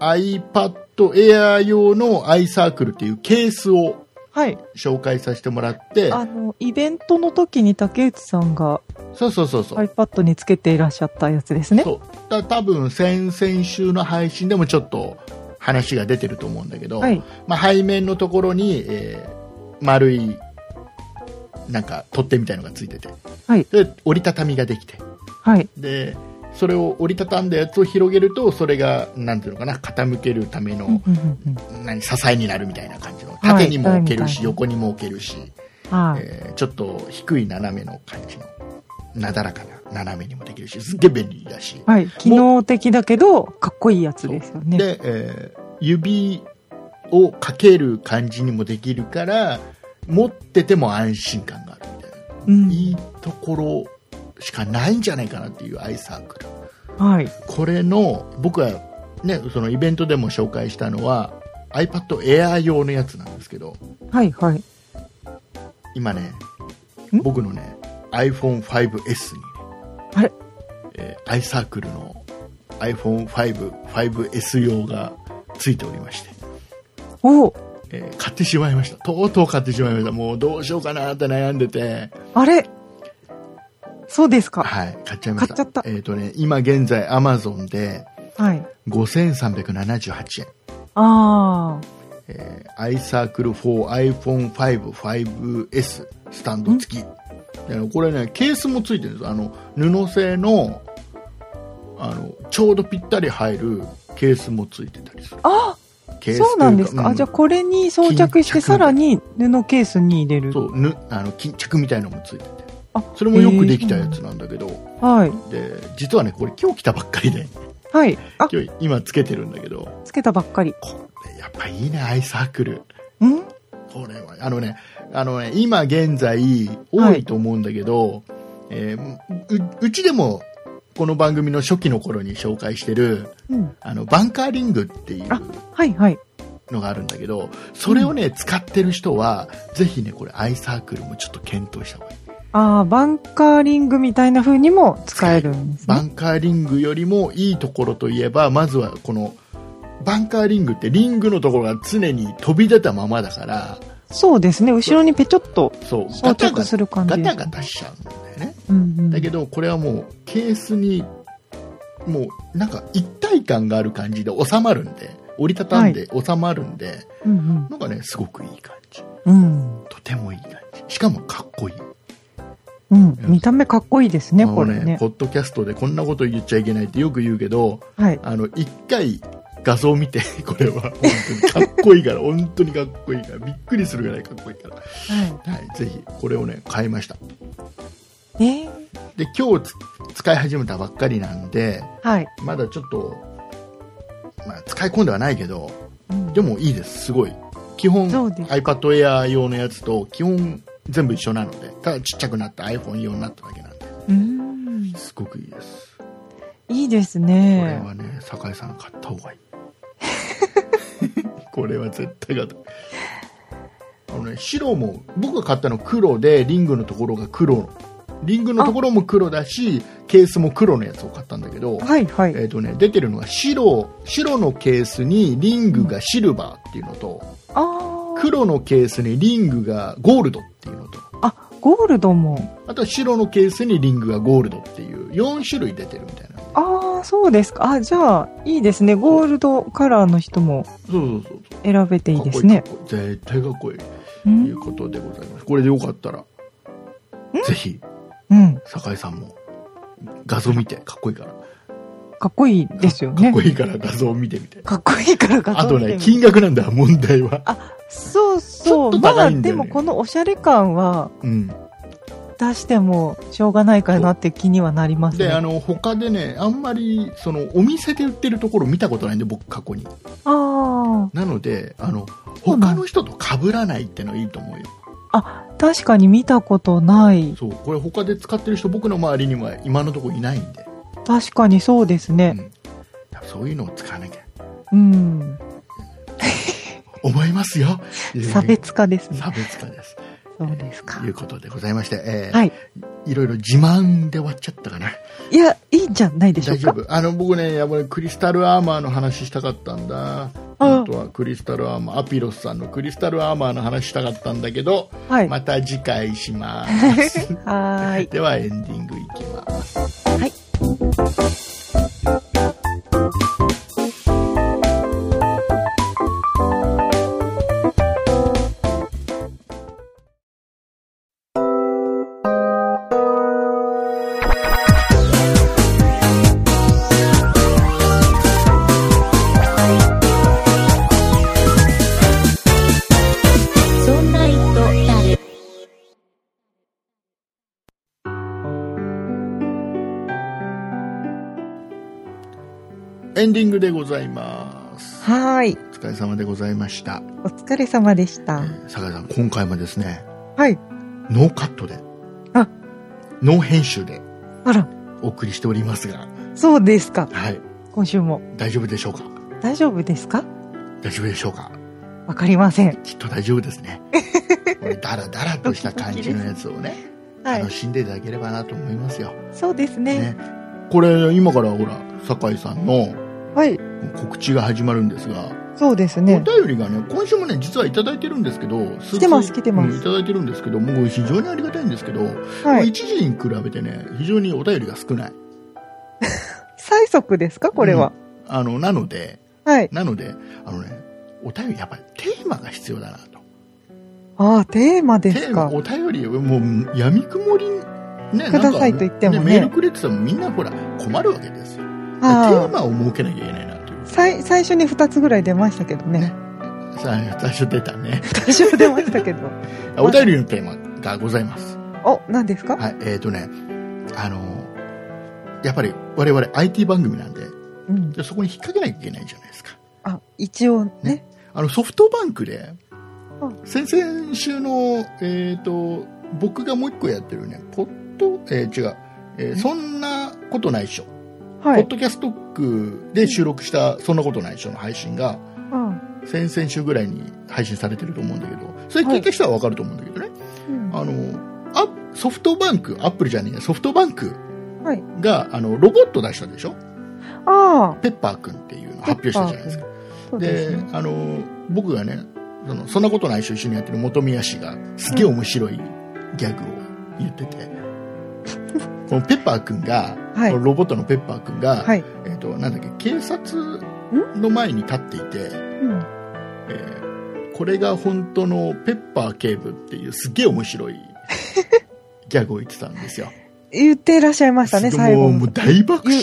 Speaker 2: iPad Air 用の iCircle っていうケースを
Speaker 3: はい。
Speaker 2: 紹介させてもらって、
Speaker 3: あの、イベントの時に竹内さんが
Speaker 2: そうそうそうそう。
Speaker 3: iPad につけていらっしゃったやつですね。
Speaker 2: そうだ多分先々週の配信でもちょっと話が出てると思うんだけど、
Speaker 3: はい。
Speaker 2: まあ、背面のところに、えー丸いなんか取っ手みたいのがついてて、
Speaker 3: はい
Speaker 2: で折りたたみができて
Speaker 3: はい。
Speaker 2: でそれを折りたたんだやつを広げるとそれがなんていうのかな傾けるための、
Speaker 3: うんうんうん
Speaker 2: 何支えになるみたいな感じの縦にも置けるし、
Speaker 3: はい
Speaker 2: 横にも置けるし、
Speaker 3: うんはい。
Speaker 2: えーちょっと低い斜めの感じのなだらかな斜めにもできるしすっげえ便利だし、
Speaker 3: はい。機能的だけど、かっこいいやつですよね。
Speaker 2: で、えー指をかける感じにもできるから持ってても安心感があるみたいな、
Speaker 3: うん。
Speaker 2: いいところしかないんじゃないかなっていうアイサークル
Speaker 3: はい。
Speaker 2: これの僕は、ね、そのイベントでも紹介したのは iPad Air 用のやつなんですけど、
Speaker 3: はい、はい。
Speaker 2: 今ね
Speaker 3: ん
Speaker 2: 僕のね iPhone5S にね
Speaker 3: あれ
Speaker 2: えー、iCircle の iPhone55S 用がついておりまして、
Speaker 3: おお
Speaker 2: えー買ってしまいましたとうとう買ってしまいましたもうどうしようかなって悩んでて
Speaker 3: あれそうですか。
Speaker 2: はい買っちゃいました
Speaker 3: 買っちゃった
Speaker 2: えっ、とね今現在 Amazon で
Speaker 3: はい。
Speaker 2: 5378円
Speaker 3: あ
Speaker 2: えー、iCircle for iPhone 5 5S スタンド付きでこれねケースも付いてるんですあの布製のあのちょうどぴったり入るケースも付いてたりする
Speaker 3: あ。あ
Speaker 2: ケースとい
Speaker 3: そうなんですか。
Speaker 2: う
Speaker 3: あ、じゃあこれに装着し
Speaker 2: 巾
Speaker 3: て、
Speaker 2: 着
Speaker 3: さらに布ケースに入れる。
Speaker 2: そうぬあの巾着みたいのも付いてて
Speaker 3: あ
Speaker 2: それもよくできたやつなんだけど、
Speaker 3: はい。
Speaker 2: で実はねこれ今日来たばっかりで
Speaker 3: はい。あ、
Speaker 2: 今日今つけてるんだけど
Speaker 3: つけたばっかり。
Speaker 2: これやっぱいいねアイサークル
Speaker 3: ん
Speaker 2: これはあのねあのね今現在多いと思うんだけど、えーううちでもこの番組の初期の頃に紹介してる
Speaker 3: うん。
Speaker 2: あのバンカーリングっていう
Speaker 3: あはいはい。
Speaker 2: のがあるんだけどそれをね、使ってる人はぜひねこれアイサークルもちょっと検討した方がいい
Speaker 3: ああ、バンカーリングみたいな風にも使えるんです
Speaker 2: バ
Speaker 3: ね。
Speaker 2: ンカーリングよりもいいところといえばまずはこのバンカーリングってリングのところが常に飛び出たままだから
Speaker 3: そうですね。後ろにぺちょっと
Speaker 2: そう
Speaker 3: 装
Speaker 2: ガタガ
Speaker 3: 着
Speaker 2: タ
Speaker 3: する感じ
Speaker 2: ガ
Speaker 3: です
Speaker 2: タ
Speaker 3: ね。
Speaker 2: ガタしちゃうんだよね
Speaker 3: うんうん。
Speaker 2: だけどこれはもうケースにもうなんか一体感がある感じで収まるんで折りたたんで収まるんで、
Speaker 3: うん
Speaker 2: なんかねすごくいい感じ
Speaker 3: うん。
Speaker 2: とてもいい感じしかもかっこいい
Speaker 3: うん。うん。見た目かっこいいですね、
Speaker 2: あの
Speaker 3: これね
Speaker 2: ポ。ッドキャストでこんなこと言っちゃいけないってよく言うけど
Speaker 3: はい。
Speaker 2: あの一回画像見て これは本当にかっこいいから本当にかっこいいからびっくりするぐらいかっこいいから、
Speaker 3: は
Speaker 2: はい、ぜひこれをね買いました
Speaker 3: い。えー
Speaker 2: で今日つ使い始めたばっかりなんで
Speaker 3: はい。
Speaker 2: まだちょっと、まあ、使い込んではないけど、
Speaker 3: うん
Speaker 2: でもいいです、すごい。基本、
Speaker 3: そうです
Speaker 2: iPad Air 用のやつと、基本全部一緒なので、ただちっちゃくなった iPhone 用になっただけなんで、
Speaker 3: うん。
Speaker 2: すごくいいです。こ
Speaker 3: いいです
Speaker 2: れ
Speaker 3: ね。
Speaker 2: はね、酒井さん買 った方がいい。これは絶対買った。あのとね、白も僕が買ったの黒でリングのところが黒リングのところも黒だしケースも黒のやつを買ったんだけど、
Speaker 3: はいはい。
Speaker 2: えーとね、出てるのが白白のケースにリングがシルバーっていうのと、
Speaker 3: あー
Speaker 2: 黒のケースにリングがゴールドっていうのと
Speaker 3: あ、ゴールドも。
Speaker 2: あとは白のケースにリングがゴールドっていう4種類出てるみたいな
Speaker 3: ああ、そうですか。あ、じゃあ、いいですね。ゴールドカラーの人も
Speaker 2: そうそうそう
Speaker 3: 選べていい
Speaker 2: かっ
Speaker 3: で
Speaker 2: こ
Speaker 3: すね。
Speaker 2: かっこいい絶対かっこいいと
Speaker 3: う。
Speaker 2: いうんことでございますこれでよかったらぜひ
Speaker 3: うん。
Speaker 2: 酒井さんも画像見てかっこいいから
Speaker 3: かっこいいですよ
Speaker 2: かっ
Speaker 3: ね
Speaker 2: こ。いいから画像見てみて
Speaker 3: かっこいいからか
Speaker 2: あとね金額なんだ問題は
Speaker 3: そう
Speaker 2: ちょ
Speaker 3: そ
Speaker 2: っと
Speaker 3: う。ま
Speaker 2: 高
Speaker 3: あ、
Speaker 2: いんだ
Speaker 3: で
Speaker 2: よね
Speaker 3: もこのおしゃれ感は
Speaker 2: うん
Speaker 3: 出してもしょうがないかなって気にはなります
Speaker 2: であ
Speaker 3: ね。
Speaker 2: の他でねあんまりそのお店で売ってるところ見たことないんで僕過去に
Speaker 3: あ
Speaker 2: なのであの
Speaker 3: そうな
Speaker 2: 他
Speaker 3: の
Speaker 2: の人と被らないってのはいいと思うよ
Speaker 3: あ、確かに見たことない。
Speaker 2: そうこれ他で使ってる人僕の周りには今のところいないんで、
Speaker 3: 確かにそうです
Speaker 2: うん
Speaker 3: ね。
Speaker 2: やっぱそういうのを使わなきゃ
Speaker 3: うん。
Speaker 2: 思いますよ
Speaker 3: 差別化ですね。
Speaker 2: 差別化です
Speaker 3: そうですか
Speaker 2: とい。うことでございまして、えー、
Speaker 3: はいい。
Speaker 2: ろいろ自慢で終わっちゃったかない
Speaker 3: や、いいんじゃないでしょ
Speaker 2: 大
Speaker 3: う
Speaker 2: 丈
Speaker 3: か。
Speaker 2: 夫あの僕ねやっぱりクリスタルアーマーの話したかったんだあとはクリスタルアーマーアピロスさんのクリスタルアーマーの話したかったんだけど
Speaker 3: はい。は
Speaker 2: また次回します。
Speaker 3: ーい。
Speaker 2: ではエンディングいきます。
Speaker 3: はい。
Speaker 1: そんな糸だる。
Speaker 2: エンディングでございます。
Speaker 3: はーい。
Speaker 2: お疲れ様でございました。
Speaker 3: お疲れ様でし
Speaker 2: え
Speaker 3: た。
Speaker 2: ー酒井さん、今回もですね、
Speaker 3: はい。
Speaker 2: ノーカットで、
Speaker 3: あ
Speaker 2: ノー編集で
Speaker 3: あら、
Speaker 2: お送りしておりますが、
Speaker 3: そうですか。
Speaker 2: はい、
Speaker 3: 今週も。
Speaker 2: 大丈夫でしょうか
Speaker 3: 大丈夫ですか
Speaker 2: 大丈夫でしょうか
Speaker 3: わかりません。
Speaker 2: きっと大丈夫ですね。これダラダラとした感じのやつをね、
Speaker 3: はい
Speaker 2: 楽。しんでいただければなと思いますよ。
Speaker 3: そうですね。
Speaker 2: ね、これ、今からほら、酒井さんの
Speaker 3: はい。
Speaker 2: 告知が始まるんですが、
Speaker 3: そうです
Speaker 2: お
Speaker 3: ね。
Speaker 2: 便りがね、今週もね、実はいただいてるんですけど、来
Speaker 3: 来てます来てます
Speaker 2: いただいてるんですけど、もう非常にありがたいんですけど、
Speaker 3: はい。
Speaker 2: 一時に比べてね、非常にお便りが少ない。
Speaker 3: 最速ですかこれは。
Speaker 2: あの、なので、
Speaker 3: はい。
Speaker 2: なので、あのね、お便りやっぱりテーマが必要だなと。
Speaker 3: ああ、テーマで
Speaker 2: テ
Speaker 3: す
Speaker 2: ーマ、
Speaker 3: か。
Speaker 2: お便り、もう、やみくもり、ね、
Speaker 3: くださいと言ってもね
Speaker 2: なんかメールくれてたらみんなほら、困るわけですよ。テー
Speaker 3: ああ。
Speaker 2: マを設けなきゃいけないなという。
Speaker 3: 最、最初に2つぐらい出ましたけど
Speaker 2: ね
Speaker 3: ね。
Speaker 2: さあ、最初出たね。
Speaker 3: 最初出ましたけど。
Speaker 2: お便りのテーマがございます。
Speaker 3: お、何ですか
Speaker 2: はい、えっ、とね、あのやっぱり我々 IT 番組なんで、
Speaker 3: うん。
Speaker 2: でそこに引っ掛けなきゃいけないじゃないですか。
Speaker 3: あ、一応ね。
Speaker 2: あの、ソフトバンクで
Speaker 3: う、
Speaker 2: 先々週の、えっ、と、僕がもう一個やってるね、ポッド、えー違う、えーそんなことないっしょ、
Speaker 3: は
Speaker 2: ポッ
Speaker 3: い。
Speaker 2: ドキャストックで収録した、そんなことないっしょの配信が、
Speaker 3: うん
Speaker 2: 先々週ぐらいに配信されてると思うんだけど、それ聞いた人はわかると思うんだけどね。
Speaker 3: うん
Speaker 2: あの、あソフトバンク、アップルじゃねえや、ソフトバンク
Speaker 3: はい
Speaker 2: が、あの、ロボット出したでしょ
Speaker 3: あ
Speaker 2: ペッパーくんっていうのを発表したじゃないですか。
Speaker 3: あ。そうで
Speaker 2: です
Speaker 3: ね。
Speaker 2: あの、僕がね、その、そんなことない人一緒にやってる元宮氏が、すげえ面白いギャグを言って て、このペッパーくんが、
Speaker 3: はい
Speaker 2: このロボットのペッパーくんが、
Speaker 3: はい。
Speaker 2: えっ、と、なんだっけ、警察の前に立っていて、
Speaker 3: うん。
Speaker 2: えーこれが本当のペッパー警部っていうすげえ面 白いギャグを言ってたんですよ。
Speaker 3: 言ってらっしゃいましたね、
Speaker 2: す
Speaker 3: 最
Speaker 2: も
Speaker 3: 後
Speaker 2: う。もう大爆
Speaker 3: 言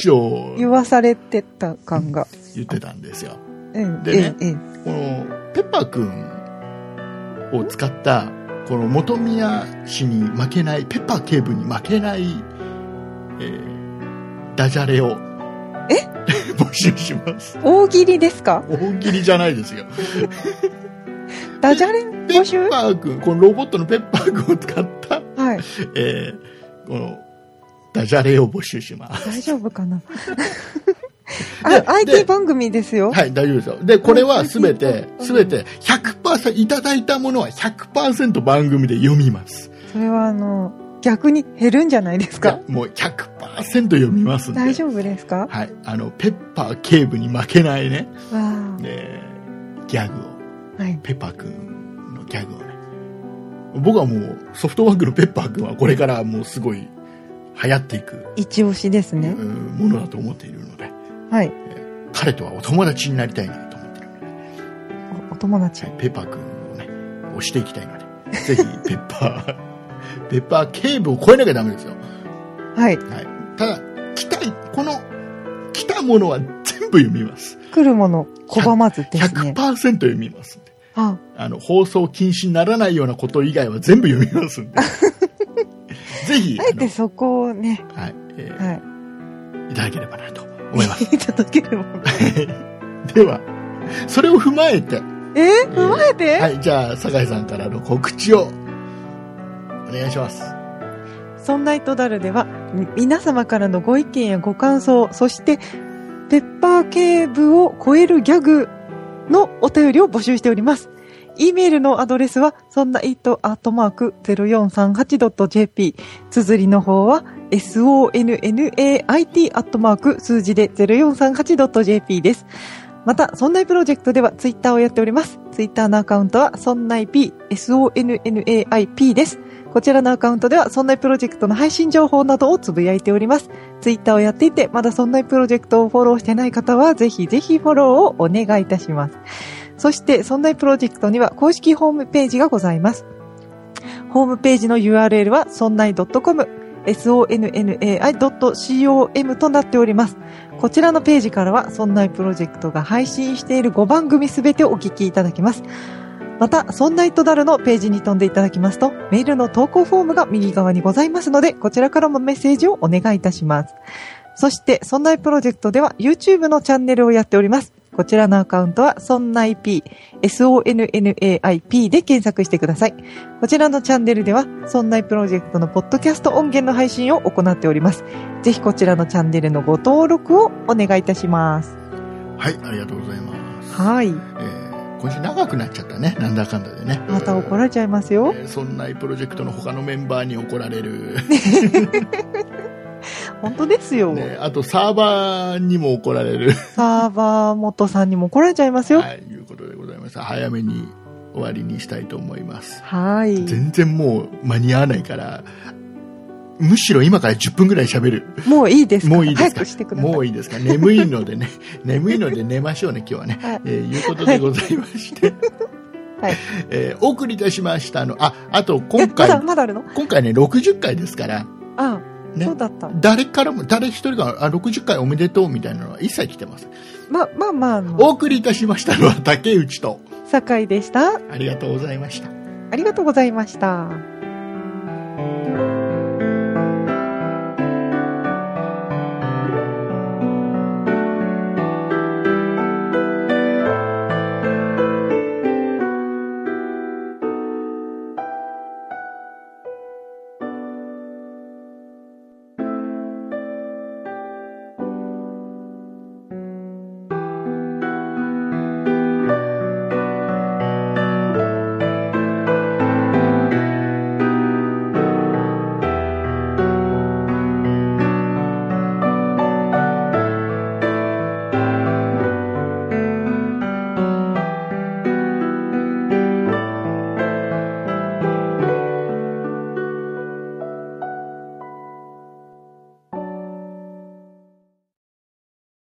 Speaker 2: 笑
Speaker 3: わされてた感が。
Speaker 2: 言ってたんですよ。
Speaker 3: ええ、
Speaker 2: でね
Speaker 3: ええ、え
Speaker 2: このペッパーくんを使ったこの元宮氏に負けない、ペッパー警部に負けない、えーダジャレを
Speaker 3: え
Speaker 2: 募集します
Speaker 3: え。大喜利ですか
Speaker 2: 大喜利じゃないですよ。
Speaker 3: ダジャレ
Speaker 2: ペ
Speaker 3: 募集
Speaker 2: ッパーくん、このロボットのペッパーくんを使った
Speaker 3: はい。
Speaker 2: えーこの、ダジャレを募集し ます。
Speaker 3: 大丈夫かな
Speaker 2: で
Speaker 3: あ、
Speaker 2: で
Speaker 3: IT 番組ですよ。
Speaker 2: はい、大丈夫ですよ。で、これはすべて、すべて100%、ださいただいたものは100%番組で読みます。
Speaker 3: それはあの逆に減るんじゃないですか
Speaker 2: もう100%読みますんで。
Speaker 3: 大丈夫ですか
Speaker 2: はい。あの、ペッパー警部に負けないね、
Speaker 3: わ
Speaker 2: えーギャグを、
Speaker 3: あはい
Speaker 2: ペッパーくんのギャグをね。僕はもう、ソフトバンクのペッパーくんはこれからもうすごい流行っていく、
Speaker 3: 一押しです
Speaker 2: う
Speaker 3: ね
Speaker 2: んものだと思っているので、
Speaker 3: はい
Speaker 2: 彼とはお友達になりたいなと思っているので、
Speaker 3: おお友達
Speaker 2: はい、ペッパーくんをね、押していきたいので、ぜひ、 ペッパー、ペッパー警部を超えなきゃダメですよ。
Speaker 3: はい
Speaker 2: はい。ただ、来たい、この、来たものは全部読みます。
Speaker 3: 来るもの拒まずですね
Speaker 2: 100%読みますんで。
Speaker 3: あ
Speaker 2: あの、放送禁止にならないようなこと以外は全部読みます んで。ぜひ、
Speaker 3: あ
Speaker 2: あ
Speaker 3: え
Speaker 2: の
Speaker 3: てそこをね
Speaker 2: はい、えー
Speaker 3: はい
Speaker 2: いただければなと思います。
Speaker 3: いただければ
Speaker 2: では、それを踏まえて、
Speaker 3: え踏まえて、
Speaker 2: はい、じゃあ、酒井さんからの告知を、お願いします。
Speaker 3: そんな糸だるでは、み皆様からのご意見やご感想、そして、ペッパー警部を超えるギャグのお便りを募集しております。e メールのアドレスは、そんな it.0438.jp。綴りの方は、sonnait. 数字で 0438.jp です。また、そんないプロジェクトではツイッターをやっております。ツイッターのアカウントは、そんない p、sonnaip です。こちらのアカウントでは、そんなプロジェクトの配信情報などをつぶやいております。ツイッターをやっていて、まだそんなプロジェクトをフォローしてない方は、ぜひぜひフォローをお願いいたします。そして、そんなプロジェクトには公式ホームページがございます。ホームページの URL は、そんない .com、sonnai.com となっております。こちらのページからは、そんなプロジェクトが配信している5番組すべてお聞きいただけます。また、そんな糸だるのページに飛んでいただきますと、メールの投稿フォームが右側にございますので、こちらからもメッセージをお願いいたします。そして、そんないプロジェクトでは YouTube のチャンネルをやっております。こちらのアカウントは、そんない P、sonnaip で検索してください。こちらのチャンネルでは、そんないプロジェクトのポッドキャスト音源の配信を行っております。ぜひこちらのチャンネルのご登録をお願いいたします。
Speaker 2: はい、ありがとうございます。
Speaker 3: はい。
Speaker 2: えー今週長くなっちゃったね、なんだかんだでね。
Speaker 3: また怒られちゃいますよ。
Speaker 2: えーそんなプロジェクトの他のメンバーに怒られる、
Speaker 3: 本当ですよ。
Speaker 2: ね、あとサーバーにも怒られる、
Speaker 3: サーバー元さんにも怒られちゃいますよ。
Speaker 2: はい、いうことでございました早めに終わりにしたいと思います
Speaker 3: はい。
Speaker 2: 全然もう間に合わないからむしろ今から10分ぐらい喋る
Speaker 3: もういいですか
Speaker 2: もういいです
Speaker 3: 早
Speaker 2: か
Speaker 3: くしてください。
Speaker 2: もういいですか眠いのでね眠いので寝ましょうね今日はね、
Speaker 3: はい
Speaker 2: えーいうことでございまして、
Speaker 3: はい
Speaker 2: えーお送りいたしましたあのああと
Speaker 3: え
Speaker 2: 今
Speaker 3: まだ、
Speaker 2: 回
Speaker 3: まだあるの
Speaker 2: 今回ね60回ですから
Speaker 3: ああ、
Speaker 2: ね
Speaker 3: そうだった。
Speaker 2: 誰からも、誰一人が、あ、60回おめでとうみたいなのは一切来てます。
Speaker 3: ま、まあまあ、あの
Speaker 2: お送りいたしましたのは竹内と、
Speaker 3: 酒井でした。
Speaker 2: ありがとうございました。
Speaker 3: ありがとうございました。